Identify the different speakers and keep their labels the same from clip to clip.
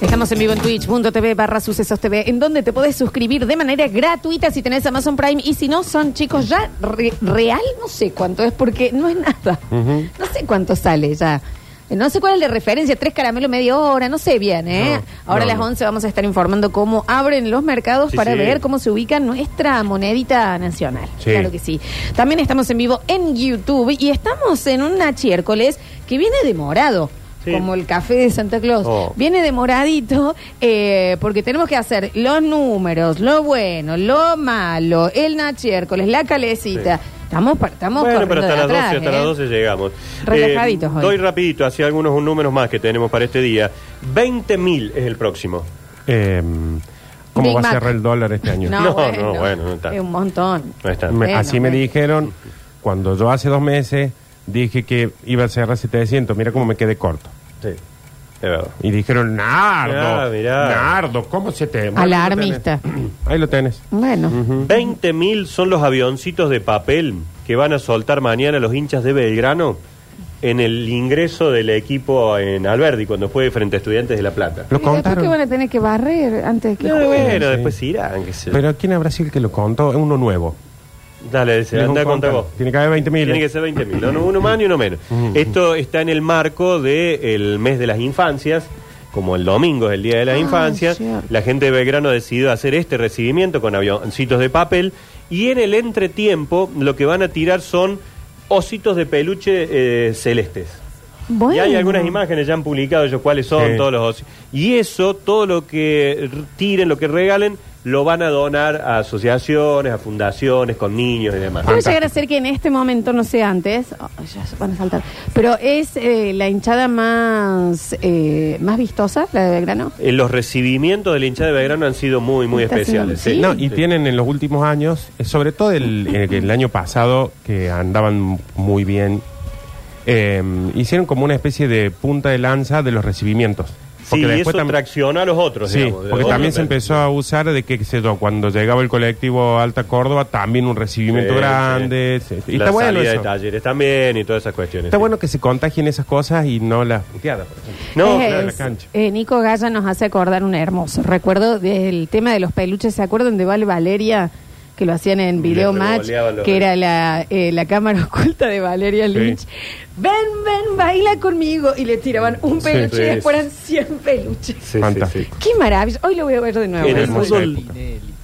Speaker 1: Estamos en vivo en twitch.tv barra sucesos TV, en donde te podés suscribir de manera gratuita si tenés Amazon Prime. Y si no, son chicos ya re- real, no sé cuánto es, porque no es nada.
Speaker 2: Ujú.
Speaker 1: No sé cuánto sale ya. No sé cuál es la referencia, tres caramelos media hora, no sé bien, ¿eh?
Speaker 2: No,
Speaker 1: Ahora
Speaker 2: no,
Speaker 1: a las
Speaker 2: no.
Speaker 1: 11 vamos a estar informando cómo abren los mercados
Speaker 2: Sí,
Speaker 1: para
Speaker 2: sí.
Speaker 1: ver cómo se ubica nuestra monedita nacional.
Speaker 2: Sí.
Speaker 1: Claro que sí. También estamos en vivo en YouTube y estamos en un nachiércoles que viene demorado.
Speaker 2: Sí.
Speaker 1: Como el café de Santa Claus.
Speaker 2: Oh.
Speaker 1: Viene demoradito eh, porque tenemos que hacer los números, lo bueno, lo malo, el nachiércoles, la calecita.
Speaker 2: Sí.
Speaker 1: Estamos, par- estamos
Speaker 2: Bueno, pero
Speaker 1: corriendo
Speaker 2: hasta las 12,
Speaker 1: atrás,
Speaker 2: hasta
Speaker 1: ¿eh?
Speaker 2: las 12 llegamos. Eh,
Speaker 1: Relajaditos hoy.
Speaker 2: Doy rapidito, así algunos números más que tenemos para este día. 20.000 es el próximo.
Speaker 3: Eh, ¿Cómo
Speaker 1: Big
Speaker 3: va
Speaker 1: Mac.
Speaker 3: a cerrar el dólar este año?
Speaker 1: No,
Speaker 2: No,
Speaker 1: bueno,
Speaker 2: no, bueno, no está.
Speaker 1: Es un montón.
Speaker 2: No está.
Speaker 3: Me-
Speaker 1: Bueno, eh,
Speaker 3: así me
Speaker 1: bueno.
Speaker 3: dijeron cuando yo hace dos meses dije que iba a cerrar 700. Mira cómo me quedé corto.
Speaker 2: Sí, es verdad.
Speaker 3: Y dijeron, Nardo,
Speaker 2: Mirá, mirá.
Speaker 3: Nardo, ¿cómo se te... Bueno,
Speaker 1: Alarmista.
Speaker 3: Ahí lo tenés.
Speaker 1: Bueno,
Speaker 2: Mm. 20.000 son los avioncitos de papel que van a soltar mañana los hinchas de Belgrano en el ingreso del equipo en Alberdi cuando fue frente a Estudiantes de La Plata.
Speaker 3: Lo
Speaker 1: ¿Y después que van
Speaker 3: contaron.
Speaker 1: a tener que barrer antes de que
Speaker 2: No,
Speaker 1: jueguen?
Speaker 2: bueno,
Speaker 3: sí.
Speaker 2: después se irán, qué sé yo.
Speaker 3: Pero ¿quién habrá sido el que lo contó? Es uno nuevo.
Speaker 2: Dale, se
Speaker 3: Les
Speaker 2: anda
Speaker 3: un
Speaker 2: contra
Speaker 3: contar.
Speaker 2: vos.
Speaker 3: Tiene que haber 20.000.
Speaker 2: Tiene que
Speaker 3: ¿eh?
Speaker 2: ser 20.000, ¿no? No, uno más ni uno menos. Esto está en el marco del mes de las infancias, como el domingo es el Día de las
Speaker 1: Ah,
Speaker 2: Infancias.
Speaker 1: cierto.
Speaker 2: La gente de Belgrano decidió hacer este recibimiento con avioncitos de papel y en el entretiempo lo que van a tirar son ositos de peluche eh, celestes.
Speaker 1: Bueno.
Speaker 2: Y hay algunas imágenes ya han publicado ellos cuáles son
Speaker 3: Sí.
Speaker 2: todos los ositos. Y eso, todo lo que r- tiren, lo que regalen, lo van a donar a asociaciones, a fundaciones, con niños y demás.
Speaker 1: Puede llegar a ser que en este momento, no sé antes, oh, ya se van a saltar, pero es eh, la hinchada más, eh, más vistosa, la de Belgrano.
Speaker 2: Eh, los recibimientos del hincha de Belgrano han sido muy, muy
Speaker 1: Está siendo-
Speaker 2: especiales.
Speaker 1: sí.
Speaker 2: sí.
Speaker 3: No, y
Speaker 2: Sí.
Speaker 3: tienen en los últimos años, eh, sobre todo el, el- el año pasado, que andaban muy bien, eh, hicieron como una especie de punta de lanza de los recibimientos.
Speaker 2: Sí, y eso
Speaker 3: tam-
Speaker 2: tracciona a los otros.
Speaker 3: Sí,
Speaker 2: digamos, de
Speaker 3: porque
Speaker 2: los
Speaker 3: también
Speaker 2: otros,
Speaker 3: se
Speaker 2: pero-
Speaker 3: empezó a usar de que, qué sé yo, cuando llegaba el colectivo Alta Córdoba, también un recibimiento
Speaker 2: Sí,
Speaker 3: grande.
Speaker 2: sí.
Speaker 3: sí, sí. Y
Speaker 2: La
Speaker 3: está bueno
Speaker 2: salida
Speaker 3: eso.
Speaker 2: de talleres también y todas esas cuestiones.
Speaker 3: Está
Speaker 2: sí.
Speaker 3: bueno que se contagien esas cosas y no las puteadas. por ejemplo.
Speaker 2: No,
Speaker 1: Es-
Speaker 2: claro,
Speaker 3: la cancha.
Speaker 1: eh, Nico Gaya nos hace acordar un hermoso recuerdo del tema de los peluches. ¿Se acuerdan de Val Valeria? Que lo hacían en
Speaker 2: Le
Speaker 1: Video Match,
Speaker 2: revoleaba los-
Speaker 1: que era la, eh, la cámara oculta de Valeria Lynch. Ven, ven, baila conmigo. Y le tiraban un
Speaker 3: Sí,
Speaker 1: peluche y
Speaker 2: sí.
Speaker 1: después eran 100 peluches.
Speaker 2: Sí, sí,
Speaker 3: Fantástico.
Speaker 1: Qué maravilla. Hoy lo voy a ver de nuevo.
Speaker 2: En el,
Speaker 3: Hermosa
Speaker 2: fútbol,
Speaker 3: época.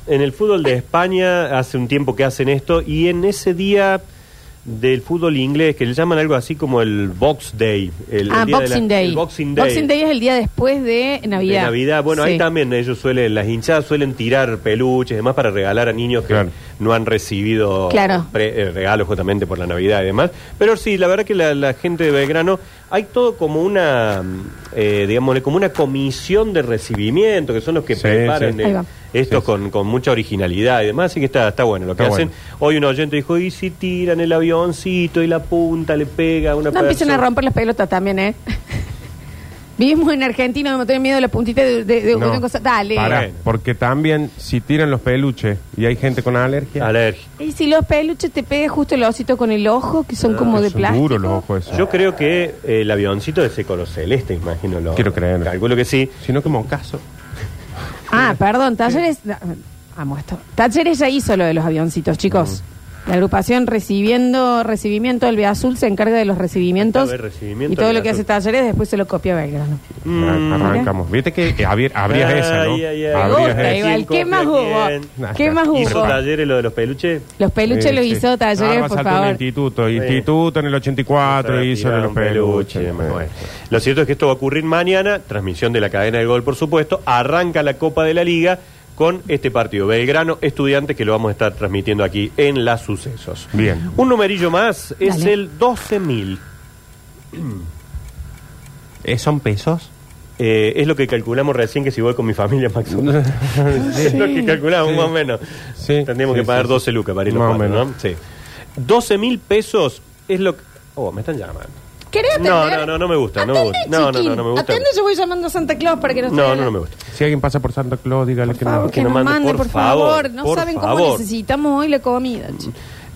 Speaker 2: en el fútbol de España hace un tiempo que hacen esto y en ese día del fútbol inglés que le llaman algo así como el Box Day. El, el
Speaker 1: ah,
Speaker 2: día de la-
Speaker 1: Boxing Day.
Speaker 2: el Boxing Day.
Speaker 1: es el día después de Navidad.
Speaker 2: De Navidad, bueno, ahí
Speaker 1: Sí.
Speaker 2: también ellos suelen, las hinchadas suelen tirar peluches y demás para regalar a niños que
Speaker 3: Claro.
Speaker 2: no han recibido
Speaker 1: Claro.
Speaker 2: pre- eh, regalos justamente por la Navidad y demás. Pero sí, la verdad que la, la gente de Belgrano, hay todo como una, mm, eh, digámosle, como una comisión de recibimiento, que son los que
Speaker 3: Sí,
Speaker 2: preparan
Speaker 3: sí.
Speaker 2: eh,
Speaker 1: Ahí va.
Speaker 2: esto
Speaker 3: Sí, sí.
Speaker 2: Con, con mucha originalidad y demás, así que está, está bueno lo que
Speaker 3: Está
Speaker 2: hacen.
Speaker 3: bueno.
Speaker 2: Hoy un oyente dijo, y si tiran el avioncito y la punta le pega a una
Speaker 1: No empiecen
Speaker 2: persona?"
Speaker 1: a romper las pelotas también, ¿eh? Vivimos en Argentina, me tienen miedo la puntita de, de- de
Speaker 3: No,
Speaker 1: una cosa. Dale.
Speaker 3: pará,
Speaker 2: Bueno.
Speaker 3: porque también si tiran los peluches y hay gente con alergia,
Speaker 2: Alergia.
Speaker 1: Y si los peluches te pegan justo el osito con el ojo, que son como de
Speaker 3: Ah, son
Speaker 1: plástico.
Speaker 3: duros los ojos esos.
Speaker 2: Yo creo que eh, el avioncito es ese color celeste, imagino. Lo,
Speaker 3: Quiero creer.
Speaker 2: Calculo que sí.
Speaker 3: Si no, que mocaso.
Speaker 1: Ah, perdón, Talleres. Amo esto. Talleres ya hizo lo de los avioncitos, chicos. La agrupación recibiendo recibimiento del Azul se encarga de los recibimientos.
Speaker 2: Está el recibimiento
Speaker 1: y todo
Speaker 2: del
Speaker 1: lo que hace
Speaker 2: Beazul.
Speaker 1: Talleres después se lo copia Belgrano.
Speaker 2: Mm.
Speaker 3: Arrancamos. Viste que eh, abier- abrías
Speaker 2: Ay,
Speaker 3: esa, ¿no?
Speaker 2: ay, ay. Me
Speaker 3: Abrías
Speaker 1: gusta, Iván.
Speaker 3: esa.
Speaker 1: igual.
Speaker 2: ¿Quién
Speaker 1: ¿Qué más
Speaker 2: copia
Speaker 1: hubo?
Speaker 2: quién?
Speaker 3: Nah,
Speaker 1: ¿Qué más
Speaker 2: ¿Hizo
Speaker 1: hubo?
Speaker 2: talleres lo de los peluches?
Speaker 1: Los peluches
Speaker 3: Sí,
Speaker 1: los
Speaker 3: sí.
Speaker 1: hizo
Speaker 3: Ah,
Speaker 1: Talleres,
Speaker 3: va a
Speaker 1: por
Speaker 3: saltar un
Speaker 1: favor.
Speaker 3: instituto, instituto en el 84 Ah, hizo
Speaker 2: Tiraron
Speaker 3: los peluches. pues.
Speaker 2: peluche, bueno. Lo cierto es que esto va a ocurrir mañana, transmisión de la cadena del gol, por supuesto. Arranca la Copa de la Liga con este partido. Belgrano Estudiantes, que lo vamos a estar transmitiendo aquí en las sucesos.
Speaker 3: Bien.
Speaker 2: Un numerillo más es
Speaker 1: Dale.
Speaker 2: el 12.000.
Speaker 3: Eh, ¿Son pesos?
Speaker 2: Eh, es lo que calculamos recién que si voy con mi familia, Max. es lo que calculamos,
Speaker 3: Sí.
Speaker 2: más o menos.
Speaker 3: Sí.
Speaker 2: Tendríamos
Speaker 3: Sí,
Speaker 2: que pagar
Speaker 3: sí, sí.
Speaker 2: 12 lucas para ir
Speaker 3: Más o menos.
Speaker 2: ¿no? Sí. 12 mil pesos es lo que. Oh, me están llamando.
Speaker 1: ¿Querés atender?
Speaker 2: No, no, no, no me gusta, no me gusta.
Speaker 1: Atendé,
Speaker 2: No, no,
Speaker 1: chiquín.
Speaker 2: no, no me gusta.
Speaker 1: Atendé, yo voy llamando a Santa Claus para que nos
Speaker 2: No,
Speaker 1: traiga.
Speaker 2: no, no me gusta.
Speaker 3: Si alguien pasa por Santa Claus, dígale que
Speaker 1: Por favor,
Speaker 3: no.
Speaker 1: que, nos mande, por, favor. No
Speaker 2: por
Speaker 1: saben cómo
Speaker 2: favor.
Speaker 1: necesitamos hoy la comida. che.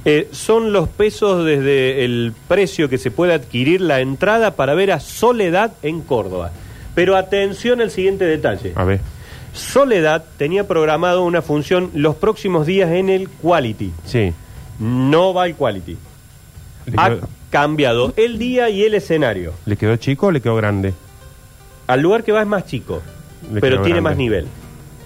Speaker 2: Eh, son los pesos desde el precio que se puede adquirir la entrada para ver a Soledad en Córdoba. Pero atención al siguiente detalle.
Speaker 3: A ver.
Speaker 2: Soledad tenía programado una función los próximos días en el Quality.
Speaker 3: Sí.
Speaker 2: No va al Quality.
Speaker 3: ¿Le
Speaker 2: Ha
Speaker 3: quedó,
Speaker 2: cambiado el día y el escenario.
Speaker 3: le quedó chico o le quedó grande?
Speaker 2: Al lugar que va es más chico,
Speaker 3: Le
Speaker 2: pero
Speaker 3: quedó
Speaker 2: tiene
Speaker 3: grande.
Speaker 2: más nivel.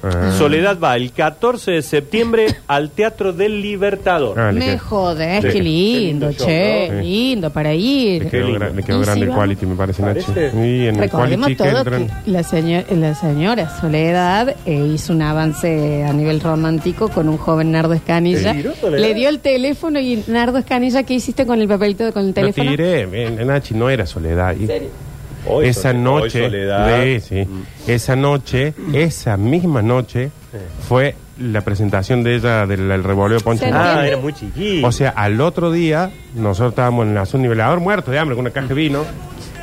Speaker 3: Ah.
Speaker 2: Soledad va el 14 de septiembre al Teatro del Libertador.
Speaker 3: Ah, le
Speaker 1: Me
Speaker 3: quedó-
Speaker 1: jodes,
Speaker 3: Sí.
Speaker 1: qué
Speaker 3: Qué
Speaker 1: lindo,
Speaker 2: lindo show,
Speaker 1: che,
Speaker 3: ¿no? Sí.
Speaker 1: lindo para ir.
Speaker 3: Le quedó,
Speaker 2: Qué lindo.
Speaker 3: gra- le quedó
Speaker 1: Y
Speaker 3: grande
Speaker 1: si
Speaker 3: el
Speaker 1: vamos-
Speaker 3: quality, me parece, Nacho.
Speaker 2: Parece-
Speaker 3: Y en el
Speaker 1: Recordemos
Speaker 3: quality que
Speaker 1: todo
Speaker 3: entran.
Speaker 1: que la, señor- la señora Soledad eh, hizo un avance a nivel romántico con un joven Nardo Escanilla.
Speaker 2: ¿Te tiró, Soledad?
Speaker 1: Le dio el teléfono y Nardo Escanilla, ¿qué hiciste con el papelito de- con el
Speaker 3: No
Speaker 1: teléfono?
Speaker 3: tiré, eh, Nachi, no era soledad. Y-
Speaker 2: Hoy
Speaker 3: esa
Speaker 2: Sole- hoy
Speaker 3: noche,
Speaker 2: Soledad. Mm.
Speaker 3: Sí, sí. esa noche, esa misma noche, fue la presentación de ella del, del revoleo Poncho.
Speaker 1: Se
Speaker 2: Ah,
Speaker 1: ¿Entiendes?
Speaker 2: era muy chiquito.
Speaker 3: O sea, al otro día, nosotros estábamos en la un nivelador muerto de hambre con una caja de vino.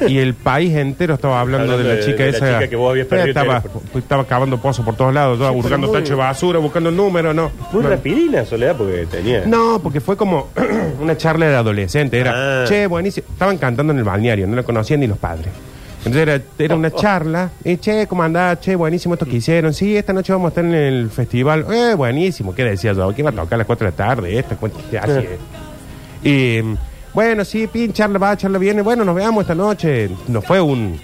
Speaker 3: Y el país entero estaba hablando,
Speaker 2: Hablando
Speaker 3: de la
Speaker 2: de-
Speaker 3: chica
Speaker 2: de la
Speaker 3: esa.
Speaker 2: chica que vos habías perdido el
Speaker 3: estaba,
Speaker 2: teléfono.
Speaker 3: estaba cavando pozos por todos lados, yo, buscando
Speaker 2: muy-
Speaker 3: tacho de basura, buscando el número, ¿no?
Speaker 2: muy
Speaker 3: no,
Speaker 2: rapidina Soledad porque tenía.
Speaker 3: no, porque fue como una charla de adolescente. Era,
Speaker 2: Ah.
Speaker 3: che, buenísimo. Estaban cantando en el balneario, no la conocían ni los padres. Entonces era, era una charla. eh, che, ¿cómo andás? Che, buenísimo esto
Speaker 2: Mm.
Speaker 3: que hicieron. Sí, esta noche vamos a estar en el festival. Eh, buenísimo. ¿Qué decía yo? ¿Qué va a tocar a las 4 de la tarde? Esta, cu- ¿qué hace? Y mm, bueno, sí, pin, charla va, charla viene. Bueno, nos veamos esta noche. No fue un.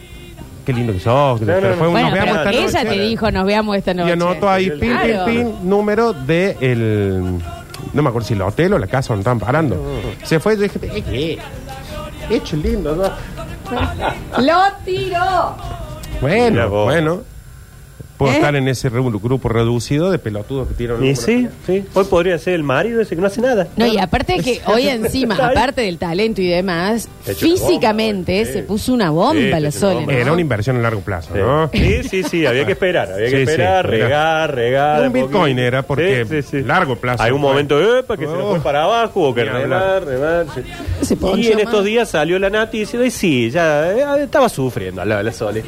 Speaker 3: Qué lindo que sos.
Speaker 2: No, no,
Speaker 3: pero fue
Speaker 2: no.
Speaker 3: un,
Speaker 1: Bueno,
Speaker 3: nos veamos
Speaker 1: pero
Speaker 3: esta noche.
Speaker 1: ella te dijo, nos veamos esta noche.
Speaker 3: Y anoto ahí, pin,
Speaker 1: Claro.
Speaker 3: pin, pin, número de el... No me acuerdo si el hotel o la casa donde estaban parando. Se fue y yo dije, "Eh, ¿qué? Hecho lindo, ¿no?
Speaker 1: ¡Lo tiró!
Speaker 2: Mira
Speaker 3: Bueno,
Speaker 2: vos.
Speaker 3: bueno. Puedo
Speaker 1: ¿Eh?
Speaker 3: estar en ese re- grupo reducido de pelotudos que tiran... el
Speaker 2: Y
Speaker 3: número.
Speaker 2: sí, sí. Hoy podría ser el marido ese que no hace nada.
Speaker 1: No, y aparte que hoy encima,
Speaker 2: Está ahí.
Speaker 1: aparte del talento y demás,
Speaker 2: Te echó una bomba,
Speaker 1: físicamente
Speaker 2: sí.
Speaker 1: se puso una bomba
Speaker 2: Sí,
Speaker 1: la
Speaker 2: te echó una
Speaker 1: Sole.
Speaker 2: bomba.
Speaker 1: ¿no?
Speaker 3: Era una inversión a largo plazo, ¿no?
Speaker 2: Sí, sí, sí, había que esperar, había que
Speaker 3: Sí, sí,
Speaker 2: esperar,
Speaker 3: era-
Speaker 2: regar, regar.
Speaker 3: Un
Speaker 2: de poquito.
Speaker 3: Bitcoin era porque largo plazo.
Speaker 2: Hay un
Speaker 3: Fue.
Speaker 2: momento, epa, que se nos fue
Speaker 3: Oh.
Speaker 2: para abajo, hubo que
Speaker 3: Ni hablar.
Speaker 2: remar, remar. sí.
Speaker 1: Se ponchó
Speaker 2: Y en
Speaker 1: más.
Speaker 2: estos días salió la Nati diciendo, y sí, ya eh, estaba sufriendo al lado de la Sole.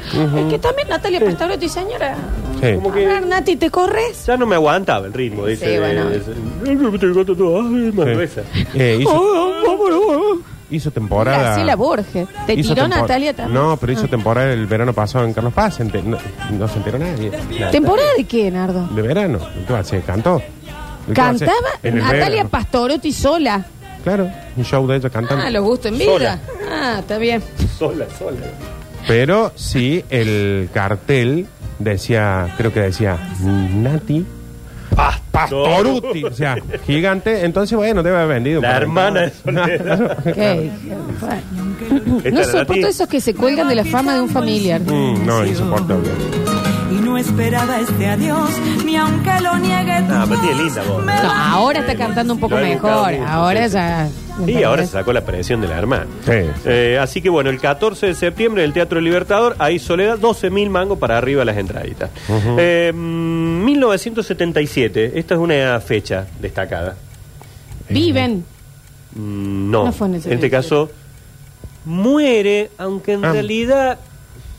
Speaker 1: Es que también Natalia Pestaroti, señora.
Speaker 3: Sí.
Speaker 1: A
Speaker 2: Como que
Speaker 1: ver, Nati, ¿te corres?
Speaker 2: ya no me aguantaba el ritmo, dice.
Speaker 1: Sí, bueno.
Speaker 2: de- de- "Ay, me estoy gastando, ay, más
Speaker 3: Sí.
Speaker 2: gruesa".
Speaker 3: Eh,
Speaker 1: Oh.
Speaker 3: hizo, hizo temporada...
Speaker 1: Graciela Borges. Te
Speaker 3: hizo
Speaker 1: tiró
Speaker 3: tempor-
Speaker 1: Natalia también. Ah.
Speaker 3: No, pero hizo temporada el verano pasado en Carlos Paz. ente- No, no se enteró nadie.
Speaker 1: ¿Temporada de qué, Nardo?
Speaker 3: De verano. ¿Qué va a hacer? ¿Cantó? ¿Qué va a hacer?
Speaker 1: Cantaba
Speaker 3: En el
Speaker 1: Natalia
Speaker 3: verano.
Speaker 1: Pastorotti sola.
Speaker 3: Claro, un show de ella cantando.
Speaker 1: Ah, los gustos en vida.
Speaker 2: Sola.
Speaker 1: Ah, está bien.
Speaker 2: Sola, sola.
Speaker 3: Pero sí, el cartel decía, creo que decía Nati Pastoruti. O sea, gigante. Entonces, bueno, debe haber vendido.
Speaker 2: La
Speaker 3: para-
Speaker 2: hermana de Soledad.
Speaker 1: Ok.
Speaker 2: Esta
Speaker 1: No
Speaker 2: era Nati.
Speaker 1: soporto esos que se cuelgan de la fama de un familiar.
Speaker 3: Mm, no, insoportable.
Speaker 4: Y no esperaba este adiós, ni aunque lo niegue tu
Speaker 2: Ah, pero tiene
Speaker 4: voz,
Speaker 2: linda voz.
Speaker 4: me
Speaker 1: No,
Speaker 4: va-
Speaker 1: ahora está cantando un poco
Speaker 2: Lo he buscado
Speaker 1: mejor.
Speaker 2: mucho,
Speaker 1: Ahora
Speaker 2: sí.
Speaker 1: ya.
Speaker 2: Y ahora se sacó la presión de la hermana.
Speaker 3: Sí.
Speaker 2: Eh, así que bueno, el 14 de septiembre el Teatro Libertador, ahí Soledad, 12 mil mangos para arriba las entraditas. Eh, mm, 1977, esta es una fecha destacada.
Speaker 1: Viven.
Speaker 2: Mm, No,
Speaker 1: No fue en
Speaker 2: en,
Speaker 1: el
Speaker 2: este
Speaker 1: 77.
Speaker 2: caso muere, aunque en
Speaker 3: Ah.
Speaker 2: realidad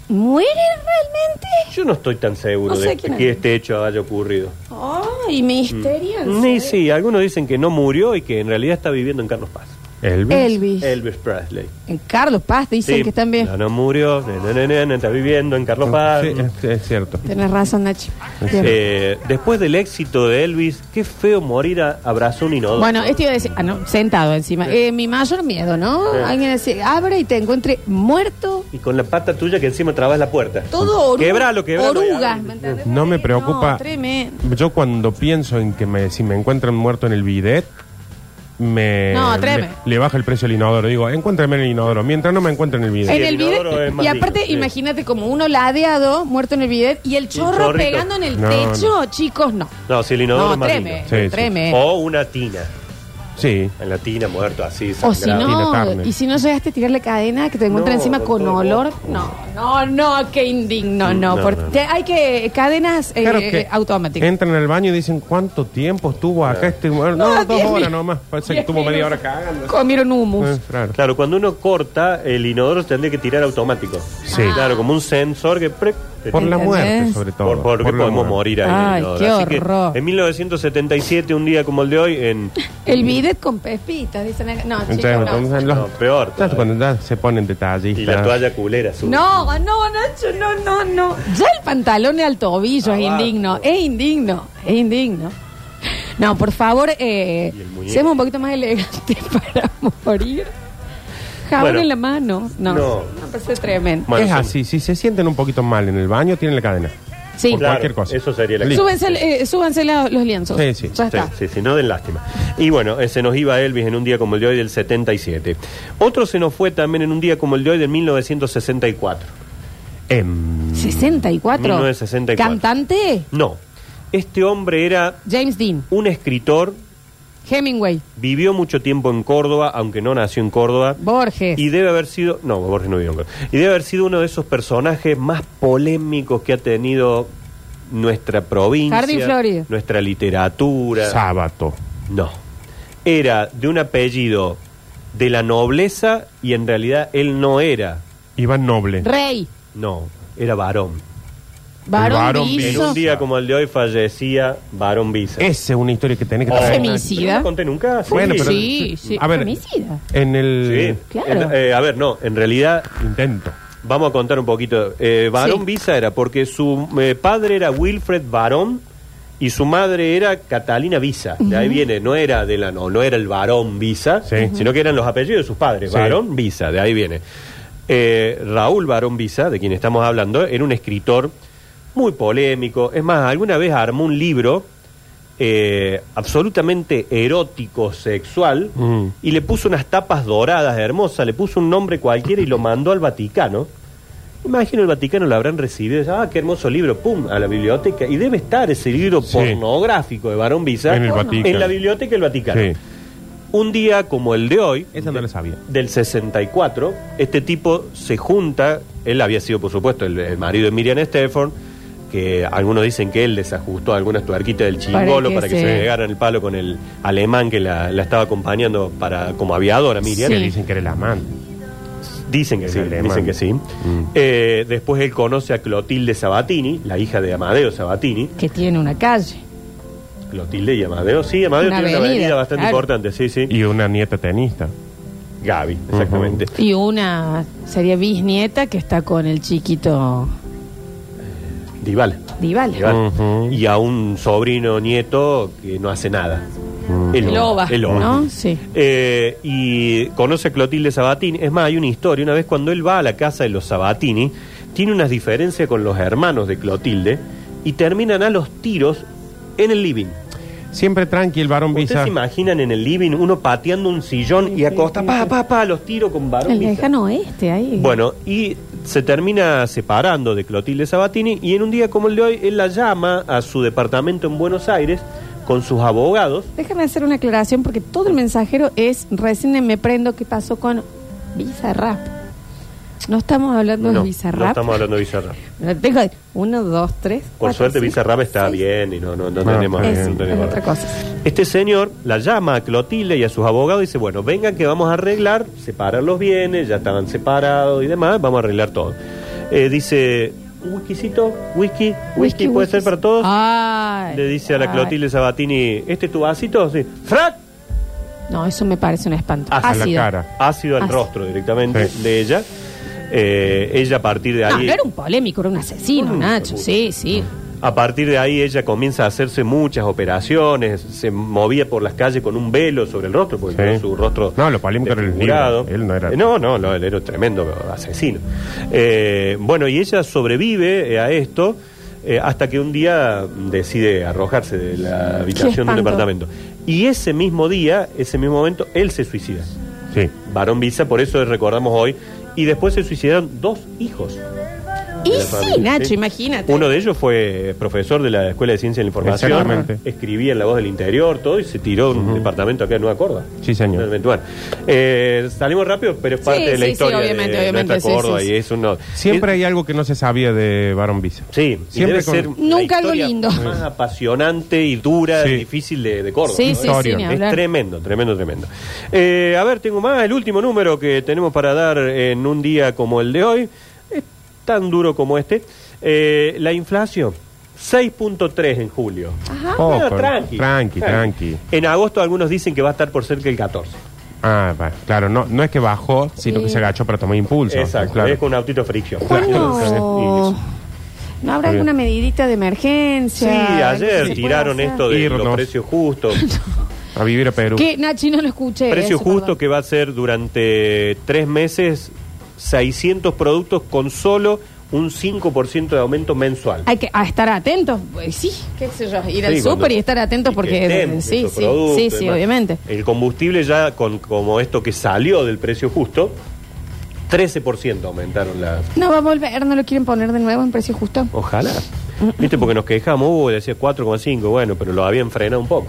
Speaker 1: ¿Muere realmente?
Speaker 2: yo no estoy tan seguro
Speaker 1: No sé
Speaker 2: de
Speaker 1: quién
Speaker 2: que
Speaker 1: es.
Speaker 2: este hecho haya ocurrido.
Speaker 1: Ay, misterio.
Speaker 2: Mm. Ni sí, algunos dicen que no murió y que en realidad está viviendo en Carlos Paz.
Speaker 3: Elvis.
Speaker 1: Elvis.
Speaker 2: Elvis Presley.
Speaker 1: En Carlos Paz dicen
Speaker 2: Sí.
Speaker 1: que están bien.
Speaker 2: No, no murió, no, no, no, no, no, está viviendo en Carlos Paz.
Speaker 3: Sí, es, es cierto.
Speaker 1: Tenés razón, Nachi. Bien.
Speaker 2: Eh, después del éxito de Elvis, qué feo morir a abrazo un inodoro.
Speaker 1: Bueno, este iba a decir, ah, no, sentado encima. Eh, mi mayor miedo, ¿no?
Speaker 2: Sí.
Speaker 1: Alguien decir, abre y te encuentre muerto,
Speaker 2: Y con la pata tuya que encima trabas la puerta.
Speaker 1: todo oruga.
Speaker 2: Quebralo, quebralo.
Speaker 1: Oruga,
Speaker 2: y
Speaker 1: ¿me
Speaker 2: abre.
Speaker 1: entendés?
Speaker 3: No me
Speaker 1: Sí,
Speaker 3: preocupa.
Speaker 1: no, tremendo.
Speaker 3: Yo cuando pienso en que me, si me encuentran muerto en el bidet, me,
Speaker 1: No,
Speaker 3: me-
Speaker 1: treme.
Speaker 3: le baja el precio al inodoro. Digo, encuéntrame en el inodoro. Mientras no me encuentren en el bidet.
Speaker 1: En
Speaker 2: el
Speaker 1: el
Speaker 2: inodoro
Speaker 1: bidet-
Speaker 2: es más
Speaker 1: y aparte,
Speaker 2: lindo, sí.
Speaker 1: imagínate como uno ladeado, muerto en el bidet, y el chorro
Speaker 2: chorrito.
Speaker 1: pegando en el
Speaker 3: No,
Speaker 1: techo, chicos, no.
Speaker 2: No, si el inodoro
Speaker 1: No,
Speaker 2: es más
Speaker 1: treme,
Speaker 2: lindo. Oh,
Speaker 3: Sí, sí.
Speaker 1: treme.
Speaker 2: O una tina.
Speaker 3: Sí.
Speaker 2: En la tina muerto así.
Speaker 1: O si
Speaker 2: sangrado.
Speaker 3: Tina
Speaker 1: no,
Speaker 3: Turner.
Speaker 1: y si no llegaste a tirarle cadena que te encuentra
Speaker 2: No,
Speaker 1: encima
Speaker 2: con
Speaker 1: con
Speaker 2: todo.
Speaker 1: olor, no, no, no, qué indigno, no,
Speaker 2: no,
Speaker 1: porque
Speaker 2: no, no.
Speaker 1: te- hay que cadenas eh,
Speaker 3: Claro que
Speaker 1: automáticas.
Speaker 3: Entran al baño y dicen cuánto tiempo estuvo acá este muerto. No,
Speaker 1: No,
Speaker 3: dos
Speaker 1: diez
Speaker 3: horas
Speaker 1: mil-
Speaker 3: nomás. Parece que
Speaker 1: diez
Speaker 3: estuvo media hora
Speaker 1: minutos.
Speaker 3: cagando.
Speaker 1: Comieron humus.
Speaker 3: Eh, claro.
Speaker 2: Claro, cuando uno corta, el inodoro tendría que tirar automático.
Speaker 3: Sí.
Speaker 2: Claro, como un sensor que... pre-
Speaker 3: Por la
Speaker 1: ¿Entendés?
Speaker 3: muerte, sobre todo.
Speaker 2: Por, porque
Speaker 3: Por la
Speaker 2: podemos
Speaker 3: muerte.
Speaker 2: morir ahí.
Speaker 1: Ay,
Speaker 2: ¿no?
Speaker 1: qué
Speaker 2: Así que,
Speaker 1: horror.
Speaker 2: en 1977, un día como el de hoy, en.
Speaker 1: El bidet con pepitas, dicen acá. No, chicos,
Speaker 3: Entonces,
Speaker 1: no.
Speaker 3: entonces,
Speaker 2: No,
Speaker 3: los-
Speaker 2: peor
Speaker 3: ¿sabes
Speaker 2: todavía.
Speaker 3: cuando ya se ponen detallistas.
Speaker 2: Y la toalla culera su-
Speaker 1: No, no, Nacho, no, no, no. Ya el pantalón al tobillo es
Speaker 2: Abajo.
Speaker 1: indigno, es indigno, es indigno. No, por favor, eh,
Speaker 2: Y el muñeco.
Speaker 1: seamos un poquito más elegantes para morir. Jabón
Speaker 2: Bueno.
Speaker 1: en la mano. No,
Speaker 2: No.
Speaker 1: no, parece tremendo.
Speaker 2: Bueno,
Speaker 3: es
Speaker 2: sí.
Speaker 3: así, si se sienten un poquito mal en el baño, tienen la cadena.
Speaker 1: Sí,
Speaker 3: Por
Speaker 2: Claro,
Speaker 3: cualquier cosa.
Speaker 2: eso sería la-
Speaker 3: Listo.
Speaker 1: súbanse, eh, súbanse la- los lienzos.
Speaker 3: Sí, sí,
Speaker 1: Ya
Speaker 2: Sí,
Speaker 1: está.
Speaker 2: sí, sí, no den lástima. Y bueno, eh, se nos iba Elvis en un día como el de hoy del 77. Otro se nos fue también en un día como el de hoy del 1964.
Speaker 3: Em,
Speaker 1: 64.
Speaker 2: 1964.
Speaker 1: Cantante,
Speaker 2: No, este hombre era
Speaker 1: James Dean,
Speaker 2: un escritor,
Speaker 1: Hemingway,
Speaker 2: vivió mucho tiempo en Córdoba, aunque no nació en Córdoba.
Speaker 1: Borges.
Speaker 2: Y debe haber sido, no, Borges no vivió en Córdoba. Y debe haber sido uno de esos personajes más polémicos que ha tenido nuestra provincia,
Speaker 1: Jardín Florido.
Speaker 2: nuestra literatura.
Speaker 3: sábado.
Speaker 2: No. Era de un apellido de la nobleza y en realidad él no era.
Speaker 3: Iván Noble.
Speaker 1: Rey,
Speaker 2: No, era varón.
Speaker 1: Barón
Speaker 3: Barón
Speaker 2: En
Speaker 1: Biso.
Speaker 2: un día como el de hoy fallecía varón Visa.
Speaker 3: Esa es una historia que tenés que
Speaker 2: Oh.
Speaker 1: Femicida.
Speaker 2: Pero No la conté nunca. sí.
Speaker 3: Bueno, pero-
Speaker 1: Sí, sí.
Speaker 3: A ver.
Speaker 1: Femicida.
Speaker 3: En el
Speaker 2: Sí.
Speaker 1: Claro.
Speaker 2: En- eh, a ver, no, en realidad
Speaker 3: intento.
Speaker 2: vamos a contar un poquito. Eh, varón
Speaker 1: Sí.
Speaker 2: Visa era porque su eh, padre era Wilfred Varón y su madre era Catalina Visa. De ahí viene, no era de la no, no era el varón Visa,
Speaker 3: Sí. Ujú.
Speaker 2: sino que eran los apellidos de sus padres.
Speaker 3: Sí.
Speaker 2: Varón Visa, de ahí viene. Eh, Raúl Varón Visa, de quien estamos hablando, era un escritor muy polémico. Es más, alguna vez armó un libro eh, absolutamente erótico, sexual,
Speaker 3: Mm.
Speaker 2: y le puso unas tapas doradas hermosas, le puso un nombre cualquiera y lo mandó al Vaticano. Imagino el Vaticano lo habrán recibido, ah, qué hermoso libro, pum, a la biblioteca. Y debe estar ese libro
Speaker 3: Sí.
Speaker 2: pornográfico de Barón Visa
Speaker 3: En el Vaticano.
Speaker 2: la biblioteca del Vaticano.
Speaker 3: Sí.
Speaker 2: Un día como el de hoy,
Speaker 3: Esa no la sabía.
Speaker 2: del 64, este tipo se junta, él había sido por supuesto el, el marido de Miriam Stephen, que algunos dicen que él desajustó algunas tuerquitas del chingolo
Speaker 1: que
Speaker 2: para que
Speaker 1: se-
Speaker 2: se pegaran el palo con el alemán que la, la estaba acompañando para como aviadora Miriam.
Speaker 3: Que
Speaker 1: Sí.
Speaker 3: dicen que era el amante.
Speaker 2: Dicen que
Speaker 3: Es
Speaker 2: sí,
Speaker 3: alemán. Mm.
Speaker 2: dicen que sí. Eh, después él conoce a Clotilde Sabatini, la hija de Amadeo Sabatini.
Speaker 1: que tiene una calle.
Speaker 2: Clotilde y Amadeo, sí, Amadeo
Speaker 1: Una
Speaker 2: tiene una
Speaker 1: avenida,
Speaker 2: avenida bastante
Speaker 1: claro.
Speaker 2: importante, sí, sí.
Speaker 3: Y una nieta tenista.
Speaker 2: Gaby, exactamente.
Speaker 1: Y una sería bisnieta que está con el chiquito
Speaker 2: Dybala.
Speaker 1: Dival.
Speaker 2: Dybala.
Speaker 3: Ujú.
Speaker 2: Y a un sobrino nieto que no hace nada. El
Speaker 1: Loba,
Speaker 2: El loba.
Speaker 1: ¿no? Sí.
Speaker 2: Eh, y conoce a Clotilde Sabatini. Es más, hay una historia. Una vez cuando él va a la casa de los Sabatini, tiene unas diferencias con los hermanos de Clotilde y terminan a los tiros en el living.
Speaker 3: Siempre tranqui el varón
Speaker 2: ¿Ustedes
Speaker 3: visa.
Speaker 2: se imaginan en el living uno pateando un sillón y acosta pa, pa, pa, los tiros con varón?
Speaker 1: El
Speaker 2: Visa?
Speaker 1: lejano oeste ahí.
Speaker 2: Bueno, y se termina separando de Clotilde Sabatini y en un día como el de hoy, él la llama a su departamento en Buenos Aires con sus abogados.
Speaker 1: Déjame hacer una aclaración porque todo el mensajero es recién me prendo qué pasó con Bizarrap. No estamos hablando
Speaker 2: no,
Speaker 1: de
Speaker 2: no
Speaker 1: Bizarrap.
Speaker 2: estamos hablando de Bizarrap.
Speaker 1: Lo tengo ahí. Uno, dos, tres.
Speaker 2: Por
Speaker 1: cuatro,
Speaker 2: suerte
Speaker 1: cinco,
Speaker 2: Bizarrap está
Speaker 1: seis.
Speaker 2: bien y no, no, no
Speaker 3: Ah,
Speaker 2: tenemos...
Speaker 1: Es,
Speaker 2: no
Speaker 1: es
Speaker 2: tenemos-
Speaker 1: otra cosa.
Speaker 2: Este señor la llama a Clotilde y a sus abogados y dice, bueno, vengan que vamos a arreglar, separar los bienes, ya estaban separados y demás, vamos a arreglar todo. Eh, dice, ¿un whiskycito? ¿Whisky? ¿Whisky puede ser para todos?
Speaker 1: Ah, Ay,
Speaker 2: Le dice a la
Speaker 1: ay.
Speaker 2: Clotilde Sabatini, ¿este es tu vasito? Sí. ¡Frat!
Speaker 1: No, eso me parece un espanto.
Speaker 2: Hacia
Speaker 3: la
Speaker 1: Ácido.
Speaker 3: cara.
Speaker 2: Ácido al
Speaker 1: Ah. Ácido.
Speaker 2: rostro directamente
Speaker 3: Sí.
Speaker 2: de ella. Eh, ella a partir de
Speaker 1: No,
Speaker 2: ahí...
Speaker 1: no era un polémico, era un asesino,
Speaker 2: Mm,
Speaker 1: Nacho. Sí, sí.
Speaker 2: A partir de ahí ella comienza a hacerse muchas operaciones, se movía por las calles con un velo sobre el rostro, porque
Speaker 3: Sí.
Speaker 2: tenía su rostro
Speaker 3: No, lo polémico era el
Speaker 2: desfigurado.
Speaker 3: libro, él no era-
Speaker 2: Eh, No, no, no, él era un tremendo asesino. Eh, bueno, y ella sobrevive eh, a esto eh, hasta que un día decide arrojarse de la habitación de un
Speaker 1: espanto.
Speaker 2: departamento. Y ese mismo día, ese mismo momento, él se suicida.
Speaker 3: Sí.
Speaker 2: Varón Visa, por eso recordamos hoy. Y después se suicidaron dos hijos.
Speaker 1: Y
Speaker 2: de la
Speaker 1: sí,
Speaker 2: familia,
Speaker 1: Nacho,
Speaker 2: ¿sí?
Speaker 1: imagínate.
Speaker 2: Uno de ellos fue profesor de la Escuela de Ciencia de la Información,
Speaker 3: Exactamente.
Speaker 2: escribía en La Voz del Interior, todo, y se tiró a un departamento acá en Nueva Córdoba.
Speaker 3: Sí, señor.
Speaker 2: Realmente, bueno. Eh, salimos rápido, pero es parte
Speaker 1: Sí,
Speaker 2: de la
Speaker 1: sí, sí,
Speaker 2: historia
Speaker 1: obviamente,
Speaker 2: de
Speaker 1: obviamente,
Speaker 2: nuestra
Speaker 1: sí,
Speaker 2: Córdoba
Speaker 1: sí, sí.
Speaker 2: y es uno...
Speaker 3: Siempre
Speaker 2: es-
Speaker 3: hay algo que no se sabía de varón visa.
Speaker 2: Sí, y
Speaker 3: siempre
Speaker 2: debe
Speaker 3: con-
Speaker 2: ser la
Speaker 1: Nunca algo
Speaker 2: historia
Speaker 1: lindo.
Speaker 2: más apasionante y dura
Speaker 3: Sí.
Speaker 2: y difícil de, de Córdoba.
Speaker 1: Sí,
Speaker 2: ¿no?
Speaker 1: sí, sí,
Speaker 3: Historia.
Speaker 1: ni
Speaker 2: Es
Speaker 1: hablar.
Speaker 2: tremendo, tremendo, tremendo. Eh, a ver, tengo más. El último número que tenemos para dar en un día como el de hoy es tan duro como este. Eh, la inflación, 6.3 en julio.
Speaker 1: Ajá.
Speaker 3: Poco,
Speaker 2: Bueno,
Speaker 3: Ah. Oh, tranqui, tranqui.
Speaker 2: En agosto algunos dicen que va a estar por cerca del 14.
Speaker 3: Ah, va, claro, no, no es que bajó, sino
Speaker 1: Sí.
Speaker 3: que se agachó para tomar impulso.
Speaker 2: Exacto,
Speaker 3: claro.
Speaker 2: es con un autito fricción.
Speaker 1: ¿Cuándo? ¿No habrá
Speaker 3: Está bien.
Speaker 1: alguna medidita de
Speaker 2: Sí,
Speaker 1: emergencia? ¿Algo que
Speaker 2: ayer
Speaker 1: se
Speaker 2: tiraron
Speaker 1: pueda
Speaker 2: esto
Speaker 1: hacer?
Speaker 2: de los
Speaker 3: Irnos.
Speaker 2: precios justos.
Speaker 3: A vivir a Perú.
Speaker 1: ¿Qué, Nachi? No lo escuché.
Speaker 2: Precio
Speaker 1: eso,
Speaker 2: justo
Speaker 1: perdón.
Speaker 2: que va a ser durante tres meses 600 productos con solo un 5% de aumento mensual.
Speaker 1: Hay que a estar atentos. Pues sí, qué sé yo. Ir al
Speaker 2: Sí, cuando-
Speaker 1: súper y estar atentos
Speaker 2: y que
Speaker 1: porque.
Speaker 2: estén
Speaker 1: sí,
Speaker 2: esos
Speaker 1: sí,
Speaker 2: productos
Speaker 1: sí,
Speaker 2: y
Speaker 1: sí,
Speaker 2: demás.
Speaker 1: obviamente.
Speaker 2: El combustible ya, con como esto que salió del precio justo, 13% aumentaron la...
Speaker 1: No va a volver, no lo quieren poner de nuevo en precio justo.
Speaker 2: Ojalá. ¿Viste? Porque nos quejamos, uh, decía 4,5, bueno, pero lo habían frenado un poco.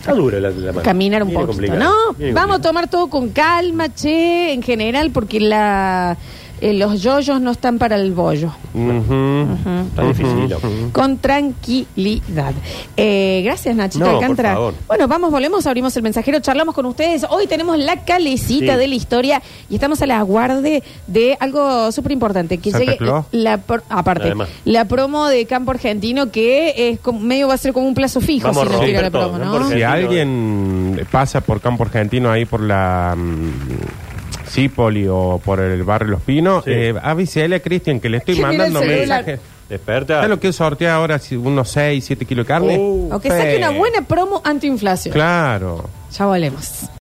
Speaker 2: Está dura la, la mano.
Speaker 1: Caminar un
Speaker 2: Viene
Speaker 1: poco.
Speaker 2: complicada,
Speaker 1: No,
Speaker 2: viene
Speaker 1: vamos a
Speaker 2: complicada.
Speaker 1: tomar todo con calma, che, en general, porque la, eh, los yoyos no están para el bollo.
Speaker 3: Ujú.
Speaker 2: Está difícil. ¿no?
Speaker 1: Con tranquilidad. Eh, gracias, Nachito
Speaker 2: No, por
Speaker 1: Alcántara.
Speaker 2: favor.
Speaker 1: Bueno, vamos, volvemos, abrimos el mensajero, charlamos con ustedes. Hoy tenemos la calecita
Speaker 2: Sí.
Speaker 1: de la historia y estamos a la guarde de algo súper importante. Que
Speaker 3: Santa
Speaker 1: llegue
Speaker 3: Claus.
Speaker 1: la pro- aparte,
Speaker 2: Además.
Speaker 1: la promo de Campo Argentino, que es como- medio va a ser como un plazo fijo
Speaker 2: Vamos
Speaker 1: si
Speaker 2: a
Speaker 1: no llega la
Speaker 2: romper todo,
Speaker 1: promo,
Speaker 2: ¿no?
Speaker 1: ¿no?
Speaker 2: Porque-
Speaker 3: Si
Speaker 2: eh.
Speaker 3: alguien pasa por campo argentino ahí por la mm, Cipoli o por el barrio Los Pinos,
Speaker 2: Sí.
Speaker 3: eh, avísele a Cristian que le estoy
Speaker 1: Que mira el
Speaker 3: mandando
Speaker 1: celular.
Speaker 3: mensajes.
Speaker 2: Desperta.
Speaker 3: ¿Sabes lo que sortea ahora? Si unos 6, 7 kilos de carne.
Speaker 2: Uh,
Speaker 1: O que saque
Speaker 3: fe.
Speaker 1: una buena promo antiinflación.
Speaker 3: Claro.
Speaker 1: Ya volvemos.